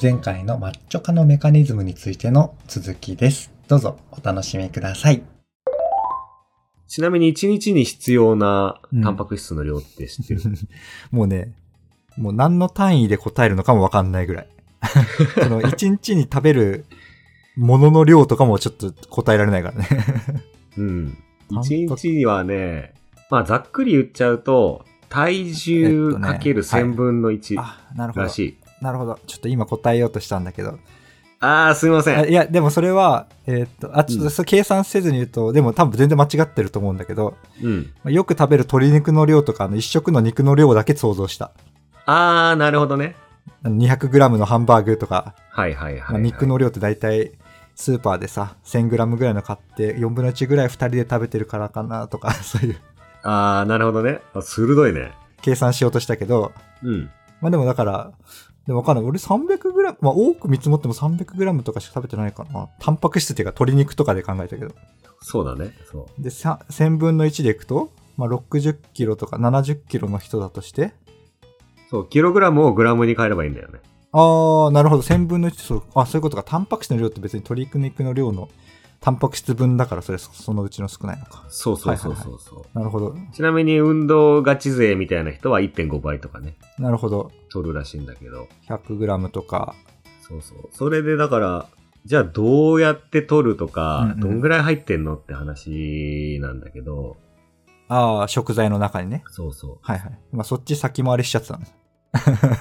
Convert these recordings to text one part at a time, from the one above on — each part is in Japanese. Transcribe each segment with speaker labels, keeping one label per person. Speaker 1: 前回のマッチョ化のメカニズムについての続きです。どうぞお楽しみください。
Speaker 2: ちなみに1日に必要なタンパク質の量って 知ってる、
Speaker 3: もうね、もう何の単位で答えるのかもわかんない ぐらい。その一日に食べるものの量とかもちょっと答えられないからね。
Speaker 2: うん。
Speaker 3: タンパク
Speaker 2: 1日にはね、まあざっくり言っちゃうと、体
Speaker 3: えっ
Speaker 2: 重
Speaker 3: とね
Speaker 2: かける
Speaker 3: はい
Speaker 2: 1000分の1
Speaker 3: あ、なるほ
Speaker 2: ら
Speaker 3: ど。
Speaker 2: しい。
Speaker 3: なるほど。ちょっと今答えようとしたんだけど。
Speaker 2: あー、すいませ
Speaker 3: あ
Speaker 2: ん。
Speaker 3: いや、でもそれは、えーっと、あ、ちょっ
Speaker 2: うん
Speaker 3: とそれ計算せずに言うと、でも多分全然間違ってると思うんだけど、
Speaker 2: うん。
Speaker 3: まあよく食べる鶏肉の量とか、あの、一食の肉の量だけ想像した。
Speaker 2: あー、なるほどね。
Speaker 3: あの 200g のハンバーグとか、
Speaker 2: はいはいはい、
Speaker 3: まあ肉の量って大体スーパーでさ 1000g ぐらいの買って4分の1ぐらい2人で食べてるからかなとか そういう
Speaker 2: あー、なるほどね。あ鋭いね。
Speaker 3: 計算しようとしたけど
Speaker 2: うん。
Speaker 3: まあでもだからでもわかんない俺 300g まあ多く見積もっても 300g とかしか食べてないかなタンパク質っていうか鶏肉とかで考えたけど
Speaker 2: そうだね。そう。
Speaker 3: でさ1000分の1でいくと、まあ、6 0キロとか7 0キロの人だとして
Speaker 2: そう、キログラムをグラムに変えればいいんだよね。
Speaker 3: ああなるほど1000分の1そうあそういうことかタンパク質の量って別に鶏肉の量のタンパク質分だからそれそそのうちの少ないのか
Speaker 2: そうそうそうそうそう、
Speaker 3: なるほど
Speaker 2: ちなみに運動ガチ勢みたいな人は1.5倍とかね、
Speaker 3: なるほど
Speaker 2: 取るらしいんだけど。
Speaker 3: 100g とか、
Speaker 2: そうそう。それでだから、じゃあどうやって取るとか、
Speaker 3: うんうん
Speaker 2: どんぐらい入ってんのって話なんだけど、
Speaker 3: ああ、食材の中にね。
Speaker 2: そうそ
Speaker 3: はいはい。まあ、そっち先回りしちゃってたんです。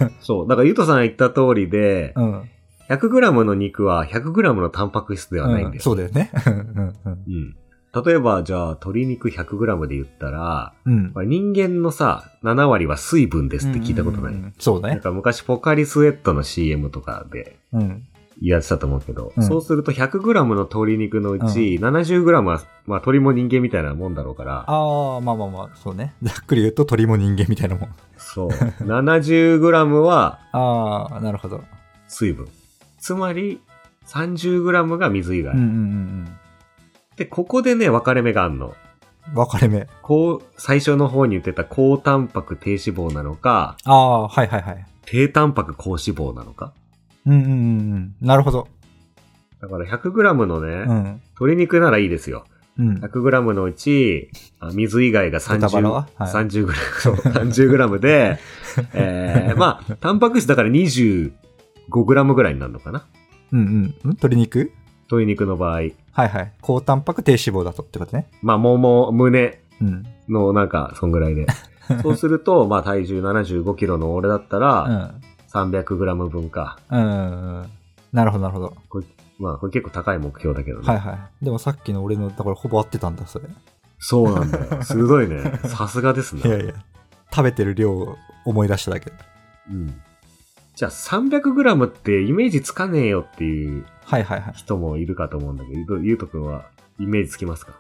Speaker 2: う。そう。だからゆうとさんが言った通りで、
Speaker 3: うん。
Speaker 2: 100g の肉は 100g のタンパク質ではないんだよ。
Speaker 3: うんそうだよね。 うんうん
Speaker 2: うん。例えば、じゃあ、鶏肉 100g で言ったら、
Speaker 3: うん。うん
Speaker 2: まあ人間のさ、7割は水分ですって聞いたことない。
Speaker 3: うんうんうんそうだ
Speaker 2: なん
Speaker 3: ね。
Speaker 2: か昔ポカリスエットの CM とかで
Speaker 3: うん。
Speaker 2: やってたと思うけど、
Speaker 3: うん
Speaker 2: そうすると 100g の鶏肉のうち 70g は、まあ鶏も人間みたいなもんだろうから、
Speaker 3: ああ、まあまあまあ、そうね。ざっくり言うと鳥も人間みたいなもん。
Speaker 2: そう。70g は
Speaker 3: ああ、なるほど。
Speaker 2: 水分。つまり 30g が水以外。
Speaker 3: うんうんうん
Speaker 2: で、ここでね、分かれ目があんの。
Speaker 3: うん。分かれ目。
Speaker 2: こう、最初の方に言ってた高タンパク低脂肪なのか、
Speaker 3: ああ、はいはいはい。
Speaker 2: 低タンパク高脂肪なのか。
Speaker 3: うんうんうんうん。なるほど。
Speaker 2: だから 100g のね、
Speaker 3: うん。
Speaker 2: 鶏肉ならいいですよ。
Speaker 3: うん。
Speaker 2: 100g のうち、あ水以外が
Speaker 3: 豚バラ
Speaker 2: 30
Speaker 3: は、はい
Speaker 2: 30g、そう、30g で、えー、まあ、タンパク質だから 25g ぐらいになるのかな
Speaker 3: うんうん。ん鶏肉
Speaker 2: 鶏肉の場合。
Speaker 3: はいはい。高タンパク低脂肪だとってことね。
Speaker 2: まあ、もも、胸
Speaker 3: うん。
Speaker 2: のなんか、そんぐら いで。そうすると、まあ、体重 75kg の俺だった
Speaker 3: う
Speaker 2: ら、
Speaker 3: ん。
Speaker 2: 300g 分か。
Speaker 3: うんうん。なるほどなるほど。
Speaker 2: まあ、これ結構高い目標だけどね。
Speaker 3: はいはい。でもさっきの俺の、だからほぼ合ってたんだ、それ。
Speaker 2: そうなんだ よ。鋭いね。さすがですね。
Speaker 3: いやいや。食べてる量を思い出しただけ。
Speaker 2: うん。じゃあ、300g ってイメージつかねえよっていう
Speaker 3: はいはいはい。
Speaker 2: 人もいるかと思うんだけど、ゆうとくんはイメージつきますか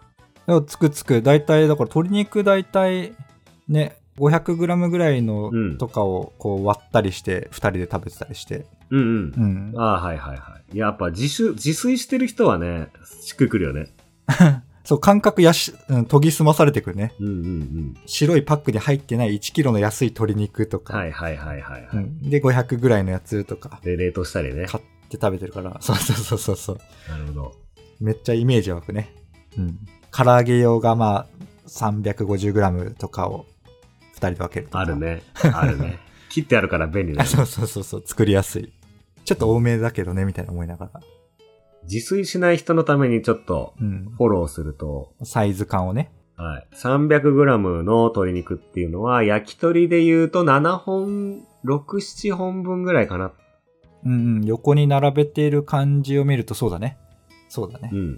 Speaker 3: でもつくつく、大体、だから鶏肉大体、ね、500g ぐらいの
Speaker 2: うん
Speaker 3: とかをこう割ったりして、2人で食べてたりして。
Speaker 2: うんう。
Speaker 3: うんん。
Speaker 2: ああ、はいはいはい。やっぱ自主、自炊してる人はね、しっくりくるよね。
Speaker 3: そう、感覚やし、うん、研ぎ澄まされてくるね。
Speaker 2: うんうんうん。
Speaker 3: 白いパックに入ってない 1kg の安い鶏肉とか。
Speaker 2: はいはいはいはい、は
Speaker 3: う
Speaker 2: い
Speaker 3: ん、で、500ぐらいのやつとか、
Speaker 2: で、冷凍したりね。
Speaker 3: 買って食べてるから。そうそうそうそうそう。
Speaker 2: なるほど。
Speaker 3: めっちゃイメージ湧くね。うん。唐揚げ用がまあ 350g とかを2人で分けるとか。
Speaker 2: ある。ね。あるね。 切ってあるから便利 だ
Speaker 3: あ
Speaker 2: よね。
Speaker 3: そうそうそうそう、作りやすい。ちょっと多めだけどね、みたいな思いながら。
Speaker 2: 自炊しない人のためにちょっと
Speaker 3: うん。
Speaker 2: フォローすると、
Speaker 3: サイズ感をね。
Speaker 2: はい。300g の鶏肉っていうのは、焼き鳥で言うと7本、6、7本分ぐらいかな。
Speaker 3: うんうん。横に並べている感じを見るとそうだね。そうだね。
Speaker 2: うん
Speaker 3: うん、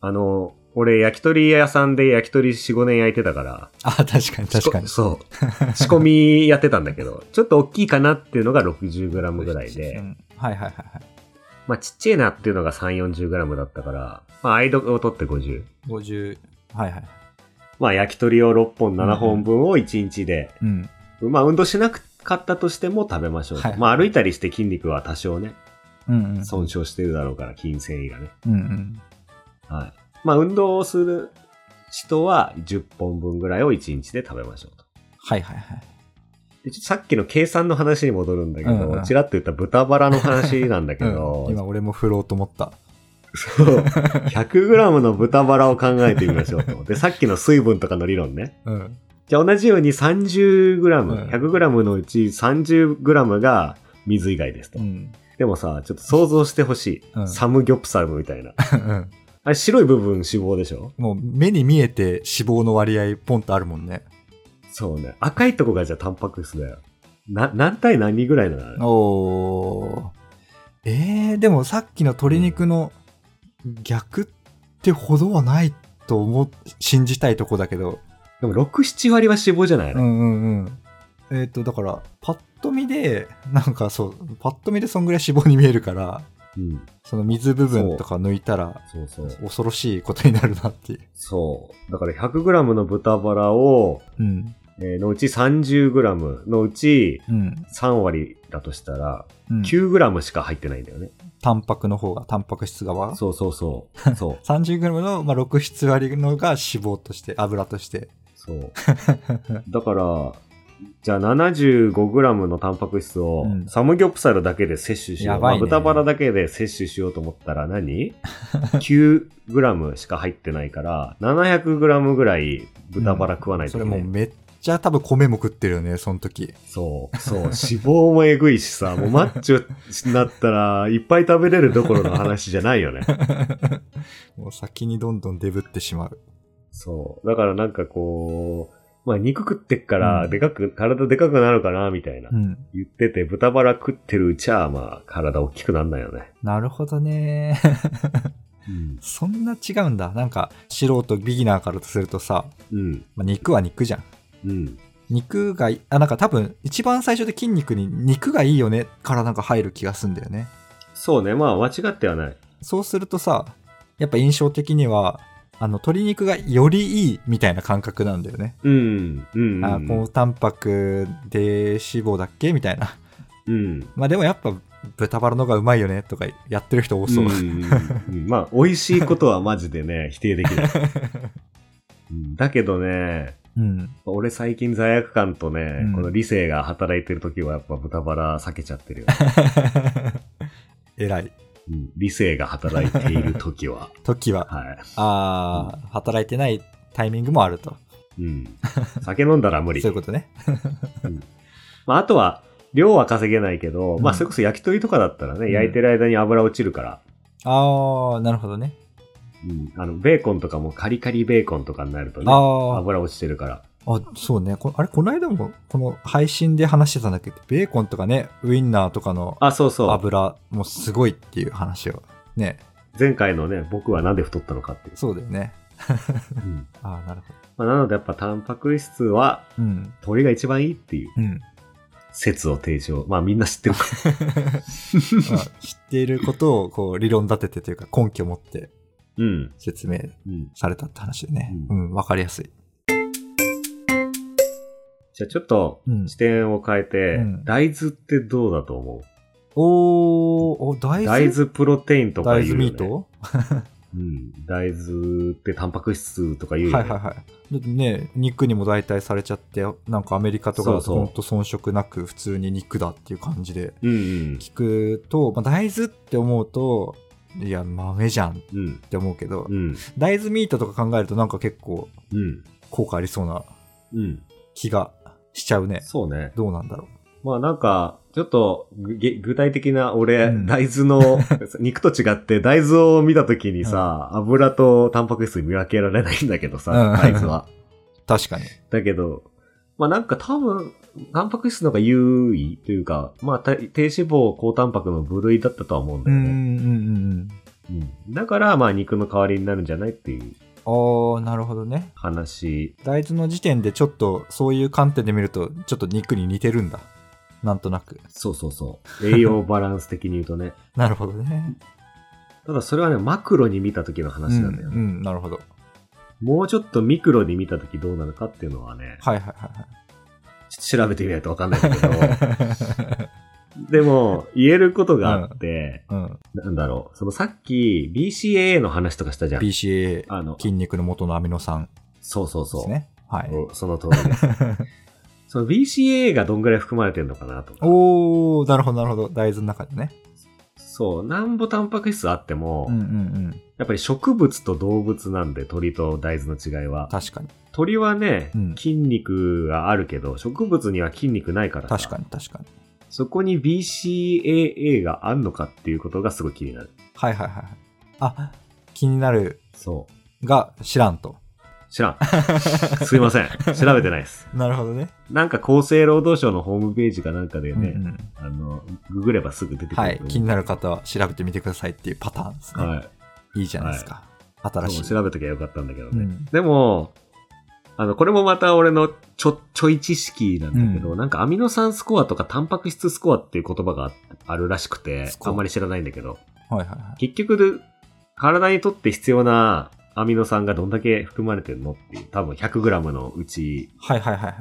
Speaker 2: あの、俺焼き鳥屋さんで焼き鳥4、5年焼いてたから、
Speaker 3: あ、確かに確かに。
Speaker 2: 仕込そう。仕込みやってたんだけど、ちょっと大きいかなっていうのが 60g ぐら いうで、
Speaker 3: んはいはいはいはい。
Speaker 2: まあちっちゃいなっていうのが3、40g だったから、まあ間を取って50。
Speaker 3: 50。はいはい。
Speaker 2: まあ焼き鳥を6本、7本分を1日で、
Speaker 3: うん。
Speaker 2: まあ運動しなかったとしても食べましょう。
Speaker 3: はい
Speaker 2: まあ歩いたりして筋肉は多少ね、
Speaker 3: うんうん。
Speaker 2: 損傷してるだろうから、筋繊維がね。
Speaker 3: うんうん。
Speaker 2: はい。まあ運動をする人は10本分ぐらいを1日で食べましょうと。
Speaker 3: はいはいはい。
Speaker 2: でちょっとさっきの計算の話に戻るんだけど、
Speaker 3: うんうん
Speaker 2: ちらっと言った豚バラの話なんだけど、
Speaker 3: うん、 今俺も振ろうと思った。
Speaker 2: そう、100g の豚バラを考えてみましょうと。で、さっきの水分とかの理論ね。
Speaker 3: うん。
Speaker 2: じゃあ同じように
Speaker 3: うん
Speaker 2: 30g、100g のうち 30g が水以外ですと
Speaker 3: う。ん。
Speaker 2: でもさ、ちょっと想像してほしい、
Speaker 3: うん
Speaker 2: サムギョプサル みたいな。
Speaker 3: うん
Speaker 2: あれ白い部分脂肪でしょ
Speaker 3: もう目に見えて脂肪の割合ポンとあるもんね。
Speaker 2: そうね。赤いとこがじゃあタンパク質だよ。な、何対何ぐらいなのあれ
Speaker 3: おー。えー、でもさっきの鶏肉の逆ってほどはないと思う、信じたいとこだけど。
Speaker 2: でも6、7割は脂肪じゃないあ
Speaker 3: う
Speaker 2: れ
Speaker 3: んうんうん。えっ、と、だから、パッと見で、なんかそう、パッと見でそんぐらい脂肪に見えるから、
Speaker 2: うん。
Speaker 3: その水部分とか抜いたら、
Speaker 2: そうそう。
Speaker 3: 恐ろしいことになるなっていう。
Speaker 2: そう。だから 100g の豚バラを、
Speaker 3: うん。
Speaker 2: えーのうち 30g のうち
Speaker 3: うん。
Speaker 2: 3割だとしたら、
Speaker 3: うん、
Speaker 2: 9g しか入ってないんだよね。
Speaker 3: タンパクの方が、タンパク質側
Speaker 2: そうそうそう。 そう。
Speaker 3: 30g の、まあ、6、7割のが脂肪として、油として。
Speaker 2: そう。だから、じゃあ 75g のタンパク質を
Speaker 3: うん
Speaker 2: サムギョプサルだけで摂取しよう。
Speaker 3: やばいね
Speaker 2: まあ豚バラだけで摂取しようと思ったら何 ?9g しか入ってないから、700g ぐらい豚バラ食わない
Speaker 3: そ
Speaker 2: と
Speaker 3: れ
Speaker 2: ね、
Speaker 3: もうめっちゃ多分米も食ってるよね、その時。
Speaker 2: そう、そう、脂肪もえぐいしさ、もうマッチョになったらいっぱい食べれるどころの話じゃないよね。
Speaker 3: もう先にどんどんデブってしまう。
Speaker 2: そう。だからなんかこう、まあ肉食ってっか
Speaker 3: う
Speaker 2: ら
Speaker 3: ん
Speaker 2: でかく、体でかくなるかな、みたいな。
Speaker 3: うん。
Speaker 2: 言ってて、豚バラ食ってるうちは、まあ、体大きくなんないよね。
Speaker 3: なるほどね。
Speaker 2: うん。
Speaker 3: そんな違うんだ。なんか、素人、ビギナーからとするとさ、
Speaker 2: うん。
Speaker 3: まあ、肉は肉じゃん。
Speaker 2: うん。
Speaker 3: 肉がい、あ、なんか多分、一番最初で筋肉に肉がいいよねからなんか入る気がすんだよね。
Speaker 2: そうね。まあ、間違ってはない。
Speaker 3: そうするとさ、やっぱ印象的には、あの、鶏肉がよりいいみたいな感覚なんだよね。
Speaker 2: うん。うん。
Speaker 3: あ、高タンパクで脂肪だっけみたいな。
Speaker 2: うん。うん。
Speaker 3: まあでもやっぱ、豚バラの方がうまいよねとかやってる人多そう。
Speaker 2: んうんまあ、美味しいことはマジでね、否定できない。うんだけどね、
Speaker 3: うん。
Speaker 2: 俺最近罪悪感とね、
Speaker 3: うん
Speaker 2: この理性が働いてる時はやっぱ豚バラ避けちゃって るよ。
Speaker 3: 偉い。
Speaker 2: うん理性が働いている時は。
Speaker 3: 時は、
Speaker 2: は
Speaker 3: ああ、働いてないタイミングもあると。
Speaker 2: い。うん。酒飲んだら無理
Speaker 3: そうい。うことね。
Speaker 2: まあ、あとは、量は稼げないけど、まあ、
Speaker 3: うん
Speaker 2: それこそ焼き鳥とかだったらね、
Speaker 3: うん
Speaker 2: 焼いてる間に油落ちるから、
Speaker 3: ああ、なるほどね。
Speaker 2: うん、あの、ベーコンとかもカリカリベーコンとかになるとね、
Speaker 3: あ
Speaker 2: 油落ちてるから。
Speaker 3: あ、あ、そうね。こあれ、この間も、この配信で話してたんだっけど、ベーコンとかね、ウインナーとかの
Speaker 2: あ、そうそう。
Speaker 3: 油もすごいっていう話を。ね。
Speaker 2: 前回のね、僕はなんで太ったのかっていう。
Speaker 3: そうだよね。
Speaker 2: うん
Speaker 3: ああ、なるほ
Speaker 2: まあ、なのでやっぱタンパク質は
Speaker 3: ど。うん。
Speaker 2: 鳥が一番いいっていう
Speaker 3: うん。
Speaker 2: 説を提唱。まあみんな知ってる か。
Speaker 3: まあ知っていることを、こう、理論立ててというか、根拠を持って
Speaker 2: うん。
Speaker 3: 説明
Speaker 2: うん。
Speaker 3: されたって話でね。
Speaker 2: う
Speaker 3: うん、わ、かりやすい。
Speaker 2: じゃあちょっと
Speaker 3: うん
Speaker 2: 視点を変えて、
Speaker 3: うん
Speaker 2: 大豆ってどうだと思
Speaker 3: おー、お大
Speaker 2: う
Speaker 3: 豆
Speaker 2: 大豆プロテインとか
Speaker 3: 大
Speaker 2: 言う
Speaker 3: 豆ミ
Speaker 2: よ、ね。
Speaker 3: ート、
Speaker 2: うん。大豆ってタンパク質とか言うよ、
Speaker 3: は
Speaker 2: ね。
Speaker 3: いはいはい。だってね、肉にも代替されちゃって、なんかアメリカとかだ
Speaker 2: そ
Speaker 3: と
Speaker 2: うそう
Speaker 3: ほんと遜色なく普通に肉だっていう感じで
Speaker 2: うんうん。
Speaker 3: 聞くと、まあ、大豆って思うと、いや、豆じゃんっ
Speaker 2: うん。
Speaker 3: て思うけど、
Speaker 2: うん。
Speaker 3: 大豆ミートとか考えるとなんか結構
Speaker 2: うん。
Speaker 3: 効果ありそうな
Speaker 2: うん。
Speaker 3: 気がしちゃうね。
Speaker 2: そうね。
Speaker 3: どうなんだろ
Speaker 2: まあなんか、ちょっとぐ、げ具体的な俺、
Speaker 3: うん
Speaker 2: 大豆 の、肉と違って大豆を見たときにさ、油とタンパク質見分けられないんだけどさ、
Speaker 3: うん
Speaker 2: 大豆は。
Speaker 3: う。確かに。
Speaker 2: だけど、まあなんか多分、タンパク質の方が優位というか、まあた低脂肪、高タンパクの部類だったとは思うんだ
Speaker 3: う
Speaker 2: よ
Speaker 3: んうん
Speaker 2: ね。
Speaker 3: うん
Speaker 2: うんだから、まあ肉の代わりになるんじゃないっていう
Speaker 3: うん。おー、なるほどね。
Speaker 2: 話。
Speaker 3: 大豆の時点でちょっとそういう観点で見ると、ちょっと肉に似てるんだ。なんとなく。
Speaker 2: そうそうそう。栄養バランス的に言うとね。
Speaker 3: なるほどね。
Speaker 2: ただそれはね、マクロに見た時の話なんだよね。
Speaker 3: うん、うんなるほど。
Speaker 2: もうちょっとミクロに見た時どうなるかっていうのはね、
Speaker 3: はいはいはいはい。
Speaker 2: ちょっと調べてみないとわかんないんだ けど、でも、言えることがあって、
Speaker 3: うん。
Speaker 2: なんだろう、そのさっき BCAA の話とかしたじゃん。
Speaker 3: BCA、
Speaker 2: あの、
Speaker 3: 筋肉の元のアミノ酸
Speaker 2: そうそう
Speaker 3: で
Speaker 2: そ
Speaker 3: す
Speaker 2: う。
Speaker 3: ね。はい。
Speaker 2: うんその通りです。その BCA がどんぐらい含まれてるのかなとか。
Speaker 3: おー、なるほど、なるほど。大豆の中でね。
Speaker 2: そう、なんぼタンパク質あっても、
Speaker 3: うんうんうん。
Speaker 2: やっぱり植物と動物なんで、鳥と大豆の違いは。
Speaker 3: 確かに。
Speaker 2: 鳥はね、
Speaker 3: うん
Speaker 2: 筋肉があるけど、植物には筋肉ないからさ
Speaker 3: 確かに、確かに。
Speaker 2: そこに BCAA があんのかっていうことがすごい気になる。
Speaker 3: はいはいはいはい。あ、気になる
Speaker 2: そう。
Speaker 3: が知らんと。
Speaker 2: 知らん。すい ません。調べてないです。
Speaker 3: なるほどね。
Speaker 2: なんか厚生労働省のホームページかなんかでね、
Speaker 3: うんうん
Speaker 2: あの、ググればすぐ出てくると思
Speaker 3: はい。気になる方は調べてみてくださいっていうパターンですね。
Speaker 2: はい。
Speaker 3: い、いじゃないですか。新し
Speaker 2: そう
Speaker 3: い。
Speaker 2: 調べときゃよかったんだけどね。
Speaker 3: うん
Speaker 2: でも、あの、これもまた俺のちょ、ちょい知識なんだけど、
Speaker 3: う
Speaker 2: なんかアミノ酸スコアとかタンパク質スコアっていう言葉がああるらしくて
Speaker 3: ス、コア
Speaker 2: あんまり知らないんだけど、
Speaker 3: はいはいはい。
Speaker 2: 結局、体にとって必要なアミノ酸がどんだけ含まれてるのっていう、多分 100g のうち、
Speaker 3: はいはいはいはい。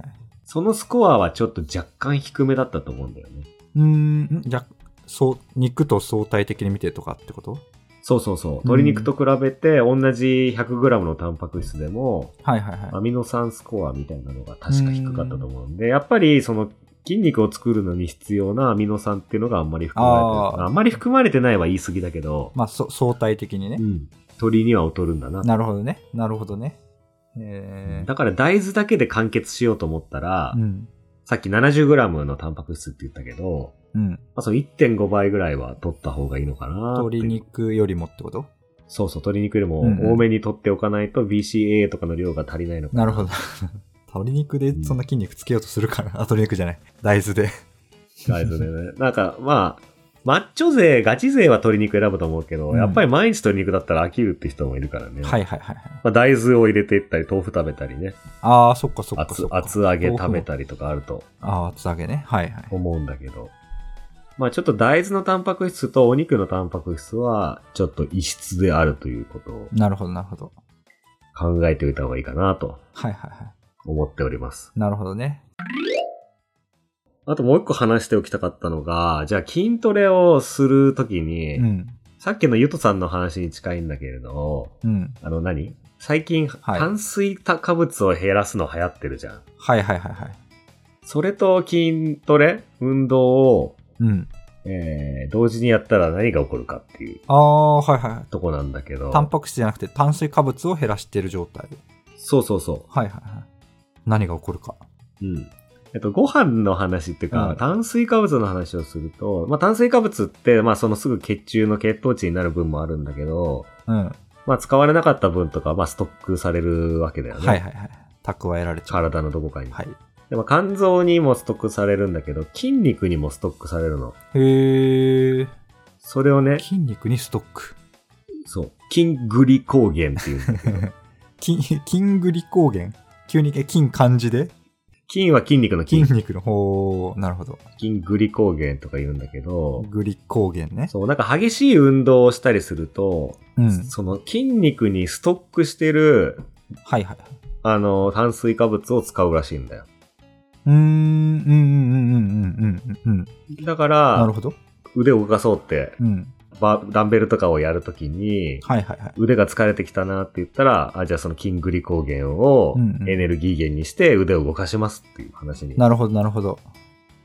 Speaker 2: そのスコアはちょっと若干低めだったと思うんだよね。
Speaker 3: うーん、んじゃ、そう、肉と相対的に見てとかってこと
Speaker 2: そうそうそう。鶏肉と比べて同じ 100g のタンパク質でも、
Speaker 3: はいはいはい。
Speaker 2: アミノ酸スコアみたいなのが確か低かったと思うんで、やっぱりその筋肉を作るのに必要なアミノ酸っていうのがあんまり含まれて
Speaker 3: あ
Speaker 2: あ
Speaker 3: ー
Speaker 2: あんまり含まれてないは言い過ぎだけど、
Speaker 3: まあ、そ相対的にね
Speaker 2: う。ん、鳥には劣るんだな。
Speaker 3: なるほどね。なるほどね。えー、
Speaker 2: だから大豆だけで完結しようと思ったら、
Speaker 3: うん。
Speaker 2: さっき 70g のタンパク質って言ったけど、
Speaker 3: うん。
Speaker 2: まあ、その1.5倍ぐらいは取った方がいいのかなってい
Speaker 3: 鶏
Speaker 2: う
Speaker 3: 肉よりもってこと
Speaker 2: そうそう、鶏肉よりも
Speaker 3: うんうん
Speaker 2: 多めに取っておかないと BCAA とかの量が足りないのか
Speaker 3: な
Speaker 2: な。
Speaker 3: るほど。 鶏肉でそんな筋肉つけようとするから、あ、 鶏肉じゃない。大豆で。
Speaker 2: 大豆でね。 なんか、まあ、マッチョ勢、ガチ勢は鶏肉選ぶと思うけど、
Speaker 3: うん
Speaker 2: やっぱり毎日鶏肉だったら飽きるって人もいるからね。
Speaker 3: はいはいはいはい。
Speaker 2: まあ、大豆を入れていったり、豆腐食べたりね。
Speaker 3: ああ、そっかそっかそ
Speaker 2: 厚
Speaker 3: っ、か。
Speaker 2: 厚揚げ食べ
Speaker 3: い。
Speaker 2: たりとかあると
Speaker 3: ああ、厚揚げね。はいはい。
Speaker 2: 思うんだけど。まあちょっと大豆のタンパク質とお肉のタンパク質は、ちょっと異質であるということを
Speaker 3: なるほどなるほど。
Speaker 2: 考えておいた方がいいかなと
Speaker 3: はいはいは
Speaker 2: 思っております。
Speaker 3: い。なるほどね。
Speaker 2: あともう一個話しておきたかったのが、じゃあ筋トレをするときに、
Speaker 3: うん。
Speaker 2: さっきのゆとさんの話に近いんだけれど、
Speaker 3: うん。
Speaker 2: あの何、最近、
Speaker 3: はい
Speaker 2: 炭水化物を減らすの流行ってるじゃん。
Speaker 3: はいはいはいはい。
Speaker 2: それと筋トレ、運動を、
Speaker 3: うん。
Speaker 2: えー同時にやったら何が起こるかっていう
Speaker 3: ああ、はいはいはい。
Speaker 2: とこなんだけど。
Speaker 3: タンパク質じゃなくて炭水化物を減らしている状態。
Speaker 2: そうそうそ
Speaker 3: はいはいはい。何が起こるか。
Speaker 2: う。うん。えっと、ご飯の話っていうか、
Speaker 3: うん
Speaker 2: 炭水化物の話をすると、まあ、炭水化物って、まあ、そのすぐ血中の血糖値になる分もあるんだけど、
Speaker 3: うん。
Speaker 2: まあ、使われなかった分とか、まあ、ストックされるわけだよね。
Speaker 3: はいはいはい。蓄えられちゃう。
Speaker 2: 体のどこかに。
Speaker 3: はい。
Speaker 2: でも肝臓にもストックされるんだけど、筋肉にもストックされるの。
Speaker 3: へえ。
Speaker 2: それをね、
Speaker 3: 筋肉にストック。
Speaker 2: そう、筋グリコーゲンっていうん だけど、
Speaker 3: 筋、筋グリコーゲン急に、え、筋漢字で
Speaker 2: 筋は筋肉の筋
Speaker 3: 筋、肉の方、なるほど。
Speaker 2: 筋グリコーゲンとか言うんだけど、
Speaker 3: グリコーゲンね。
Speaker 2: そう、なんか激しい運動をしたりすると、
Speaker 3: うん。
Speaker 2: その筋肉にストックしてる、
Speaker 3: はいはい。
Speaker 2: あの、炭水化物を使うらしいんだよ。
Speaker 3: うーん、うんうんうんうんうんうんうん。
Speaker 2: だか
Speaker 3: なる
Speaker 2: ら、
Speaker 3: ほど。
Speaker 2: 腕を動かそうって、
Speaker 3: うん。
Speaker 2: バダンベルとかをやるときに、
Speaker 3: はいはいはい。
Speaker 2: 腕が疲れてきたなって言ったら、あ、じゃあその筋グリコーゲンを
Speaker 3: うんうん
Speaker 2: エネルギー源にして腕を動かしますっていう話に。
Speaker 3: なるほど、なるほど。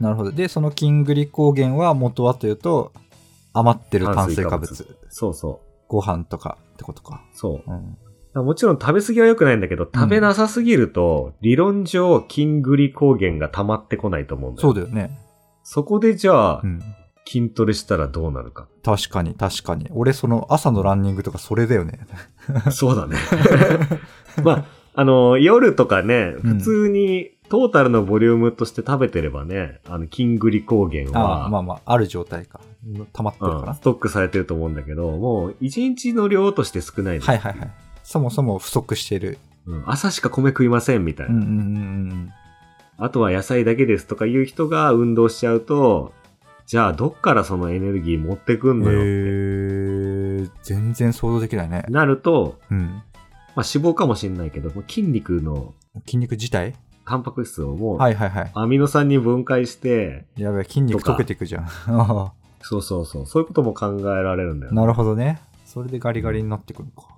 Speaker 3: なるほど。で、その筋グリコーゲンは元はというと、余ってる炭水化物。
Speaker 2: 炭水そうそ
Speaker 3: ご飯とかってことか。
Speaker 2: う。そう。だか
Speaker 3: うん。
Speaker 2: らもちろん食べ過ぎは良くないんだけど、食べなさすぎると、理論上筋グリコーゲンが溜まってこないと思うんだよ。
Speaker 3: そうだよね。
Speaker 2: そこでじゃあ
Speaker 3: う、ん。
Speaker 2: 筋トレしたらどうな るか。
Speaker 3: 確かに、確かに。俺、その朝のランニングとかそれだよ ね。
Speaker 2: そ うだね。まあ、あの、夜とかね、
Speaker 3: うん
Speaker 2: 普通にトータルのボリュームとして食べてればね、あの、筋グリコーゲン
Speaker 3: あ
Speaker 2: は、
Speaker 3: あ、まあまあ、ある状態か。溜まってるか
Speaker 2: うん
Speaker 3: な
Speaker 2: ス。トックされてると思うんだけど、もう一日の量として少ないです
Speaker 3: はいはいはい。そもそも不足してる。
Speaker 2: うん朝しか米食いませんみたいうな、
Speaker 3: んうんうんうん。
Speaker 2: あとは野菜だけですとかいう人が運動しちゃうと、じゃあどっからそのエネルギー持ってくんのよ、
Speaker 3: えー、全然想像できないね。
Speaker 2: なると、
Speaker 3: うん。
Speaker 2: まあ、脂肪かもしれないけど、もう筋肉の
Speaker 3: 筋肉自体
Speaker 2: タンパク質をもう、
Speaker 3: はいはいはい。
Speaker 2: アミノ酸に分解して、
Speaker 3: やべえ、筋肉
Speaker 2: と
Speaker 3: 溶
Speaker 2: か
Speaker 3: けていくじゃん。あ
Speaker 2: そうそうそう、そういうことも考えられるんだ
Speaker 3: あ
Speaker 2: よね、
Speaker 3: なるほどね。それでガリガリになってくるのか。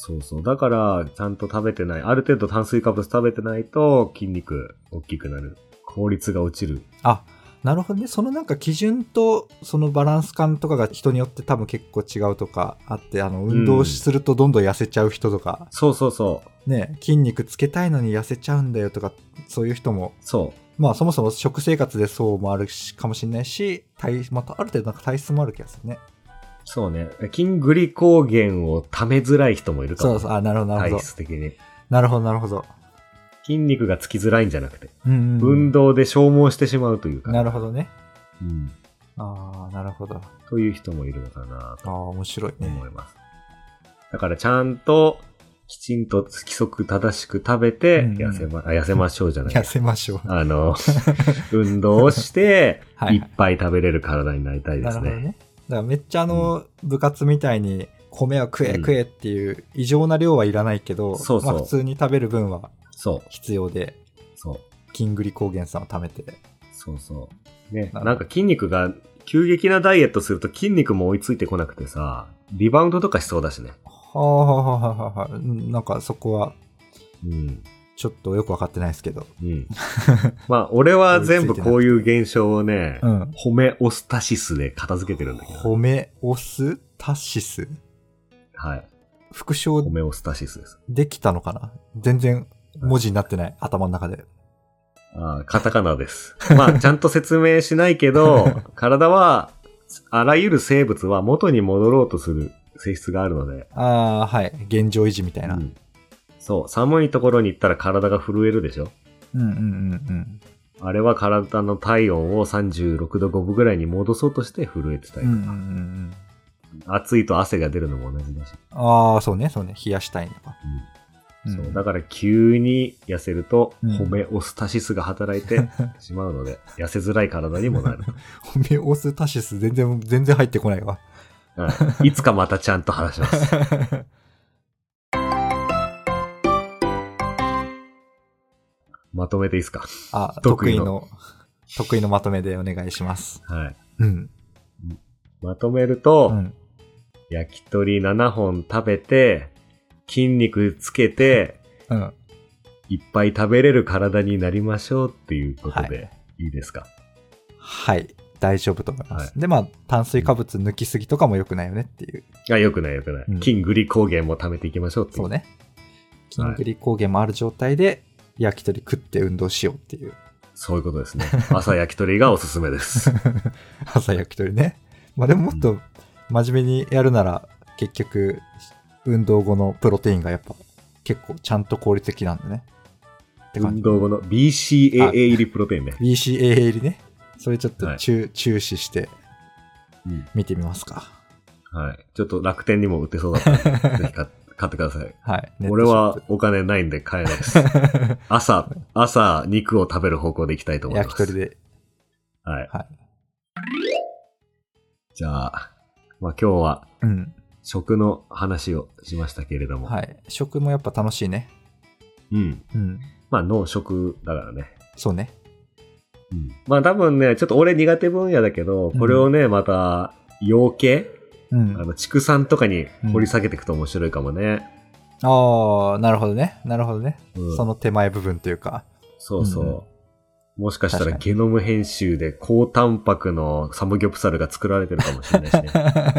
Speaker 2: そうそう。だから、ちゃんと食べてない。ある程度炭水化物食べてないと、筋肉大きくなる。効率が落ちる。
Speaker 3: あ、なるほどね。そのなんか基準と、そのバランス感とかが人によって多分結構違うとかあって、あの、運動するとどんどん痩せちゃう人とか、
Speaker 2: そうそうそう。
Speaker 3: ね、筋肉つけたいのに痩せちゃうんだよとか、そういう人も、
Speaker 2: そ
Speaker 3: まあそもそも食生活でそうもあるし、かもしれないし、体、またある程度なんか体質もある気がするね。
Speaker 2: う。そうね。筋グリコーゲンを溜めづらい人もいるか
Speaker 3: そ
Speaker 2: も。
Speaker 3: うそう、あ、なるほど、なるほ
Speaker 2: 体
Speaker 3: ど。
Speaker 2: 質的に。
Speaker 3: なるほど、なるほど。
Speaker 2: 筋肉がつきづらいんじゃなくて、
Speaker 3: うんうんうん、
Speaker 2: 運動で消耗してしまうというか。
Speaker 3: なるほどね。
Speaker 2: うん。
Speaker 3: ああ、なるほど。あ
Speaker 2: という人もいるのかな
Speaker 3: あ、面白い
Speaker 2: と
Speaker 3: ね。
Speaker 2: 思います。だからちゃんと、きちんと規則正しく食べて、
Speaker 3: うん
Speaker 2: 痩せま、あ痩せましょうじゃない
Speaker 3: 痩。せましょう。
Speaker 2: あの、 運動をして、
Speaker 3: はい
Speaker 2: いっぱい食べれる体になりたいで
Speaker 3: なる
Speaker 2: す
Speaker 3: ほど
Speaker 2: ね。
Speaker 3: ね。だからめっちゃあの、部活みたいに米は食え
Speaker 2: うん
Speaker 3: 食えっていう異常な量はいらないけど、
Speaker 2: そうそう
Speaker 3: まあ、普通に食べる分は
Speaker 2: そう、
Speaker 3: 必要で、
Speaker 2: そう、
Speaker 3: キングリコーゲン酸を貯めて。
Speaker 2: そうそう。ね、
Speaker 3: なるほど
Speaker 2: なんか筋肉が、急激なダイエットすると筋肉も追いついてこなくてさ、リバウンドとかしそうだしね。
Speaker 3: はあはあはあはあはあうんなんかそこは
Speaker 2: うん。
Speaker 3: ちょっとよくわかってないですけど。
Speaker 2: うん。まあ、俺は全部こういう現象をね、
Speaker 3: うん。
Speaker 2: ホメオスタシスで片付けてるんだけど。
Speaker 3: ホメオスタシス
Speaker 2: はい。
Speaker 3: 復
Speaker 2: ホ
Speaker 3: 唱
Speaker 2: メオスタシスです。
Speaker 3: できたのかな全然文字になってない、頭の中で。
Speaker 2: あーカタカナです。 まあ、ちゃんと説明しない けど、体は、あらゆる生物は元に戻ろうとする性質があるので、
Speaker 3: ああ、はい。現状維持みたいな。
Speaker 2: うんそう、寒いところに行ったら体が震えるでしょ
Speaker 3: うんうんうん
Speaker 2: あれは体の体温を36度5分ぐらいに戻そうとして震えてた
Speaker 3: うん。
Speaker 2: り
Speaker 3: うんう
Speaker 2: と
Speaker 3: んうんう
Speaker 2: か、
Speaker 3: ん。
Speaker 2: 暑いと汗が出るのも同じだし、
Speaker 3: ああ、そうね、そうね。冷やしたいのか。
Speaker 2: うんそううんだから急に痩せると、
Speaker 3: うん
Speaker 2: ホメオスタシスが働い てしまうので、痩せづらい体にもなる。
Speaker 3: ホメオスタシス全然、全然入ってこない わ。
Speaker 2: うんいつかまたちゃんと話します。 まとめていいですか
Speaker 3: あ、
Speaker 2: 得
Speaker 3: 得
Speaker 2: 意
Speaker 3: 意
Speaker 2: の
Speaker 3: の、得意のまとめでお願いします。
Speaker 2: はい。
Speaker 3: うん。
Speaker 2: まとめると、
Speaker 3: うん。
Speaker 2: 焼き鳥7本食べて、筋肉つけて、
Speaker 3: うん。
Speaker 2: いっぱい食べれる体になりましょうっていうことで、、
Speaker 3: はい
Speaker 2: いですか
Speaker 3: はい。大丈夫と思います。
Speaker 2: は
Speaker 3: で、まあ、炭水化物抜きすぎとかも良くないよねっていう。
Speaker 2: あ、よくないよくない。
Speaker 3: うん
Speaker 2: 筋グリコーゲンも貯めていきましょうっていう。
Speaker 3: そうね。筋
Speaker 2: はい
Speaker 3: グリコーゲンもある状態で、焼き鳥食って運動しようっていう。
Speaker 2: そういうことで すね。朝焼き鳥がおすすめです。
Speaker 3: 朝焼き鳥ね。まあ、でももっと真面目にやるなら、結局、運動後のプロテインがやっぱ、結構ちゃんと効率的なんだね。って感じ
Speaker 2: 運。動後の BCAA 入りプロテインね。
Speaker 3: BCAA 入りね。それちょっと
Speaker 2: はい
Speaker 3: 注,、注視して
Speaker 2: うん
Speaker 3: 見てみますか。
Speaker 2: はい。ちょっと楽天にも売ってそうだったん で、ぜひ買っ買ってください。
Speaker 3: はい。ネット
Speaker 2: 俺
Speaker 3: ショ
Speaker 2: はお金ないんで買えない です。
Speaker 3: ップ
Speaker 2: 朝、朝、肉を食べる方向でいきたいと思います。
Speaker 3: 焼き鳥で。
Speaker 2: はい。
Speaker 3: はい
Speaker 2: じゃあ、まあ今日は
Speaker 3: うん。
Speaker 2: 食の話をしましたけれども。
Speaker 3: はい。食もやっぱ楽しいね。
Speaker 2: うん。
Speaker 3: うん。
Speaker 2: まあ脳食だからね。
Speaker 3: そうね。
Speaker 2: うん。まあ多分ね、ちょっと俺苦手分野だけど、これをね、また、養鶏
Speaker 3: うん。
Speaker 2: あ
Speaker 3: あ
Speaker 2: の、畜産とかに掘り下げていくと面白いかもね。
Speaker 3: あー、なるほどね。なるほどね。
Speaker 2: うん
Speaker 3: その手前部分というか。
Speaker 2: そうそう。
Speaker 3: うんうん
Speaker 2: もしかしたら
Speaker 3: 確か
Speaker 2: ゲノム編集で高タンパクのサムギョプサルが作られてるかもしれないしね。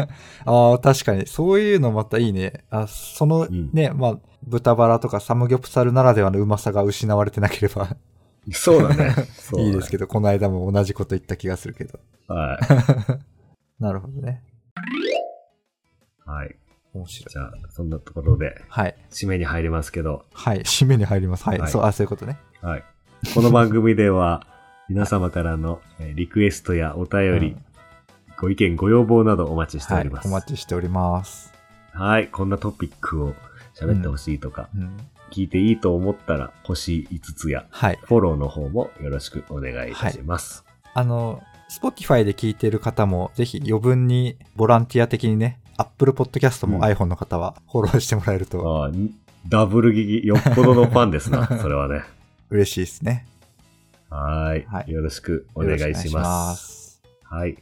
Speaker 3: ああ、確かに。そういうのまたいいね。あその
Speaker 2: うん
Speaker 3: ね、まあ、豚バラとかサムギョプサルならではのうまさが失われてなければ
Speaker 2: そうだね。そうだ
Speaker 3: い
Speaker 2: ね
Speaker 3: いですけど、この間も同じこと言った気がするけど。
Speaker 2: はい。
Speaker 3: なるほどね。
Speaker 2: はい。
Speaker 3: 面白い。
Speaker 2: じゃあ、そんなところで、
Speaker 3: はい。
Speaker 2: 締めに入りますけど、
Speaker 3: はい。締めに入ります。はい。
Speaker 2: はい
Speaker 3: そう、あ、そういうことね。
Speaker 2: はい。この番組では、皆様からのえーリクエストやお便り、
Speaker 3: うん
Speaker 2: ご意見、ご要望などお待ちしてお
Speaker 3: は
Speaker 2: り
Speaker 3: い。
Speaker 2: ます。
Speaker 3: お
Speaker 2: はい
Speaker 3: 待、ちしております。
Speaker 2: こんなトピックを喋ってほしいとか、
Speaker 3: うん。
Speaker 2: 聞いていいと思ったら、星5つや、
Speaker 3: はい。
Speaker 2: フォローの方もよろしくお願いいたします。
Speaker 3: あの、Spotify で聞いてる方も、ぜひ余分にボランティア的にね、Apple Podcast
Speaker 2: うん
Speaker 3: も iPhone の方はフォローしてもらえると
Speaker 2: ああダブルギギ、よっぽどのファン ですな、それはね。
Speaker 3: 嬉しいですね。
Speaker 2: はーい,、
Speaker 3: はい
Speaker 2: よろしくお願いし
Speaker 3: よろ
Speaker 2: ま
Speaker 3: くお願い
Speaker 2: す。
Speaker 3: します
Speaker 2: はい。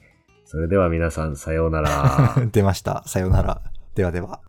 Speaker 2: それでは皆さん、さようなら。
Speaker 3: 出ました。さようなら。ではでは。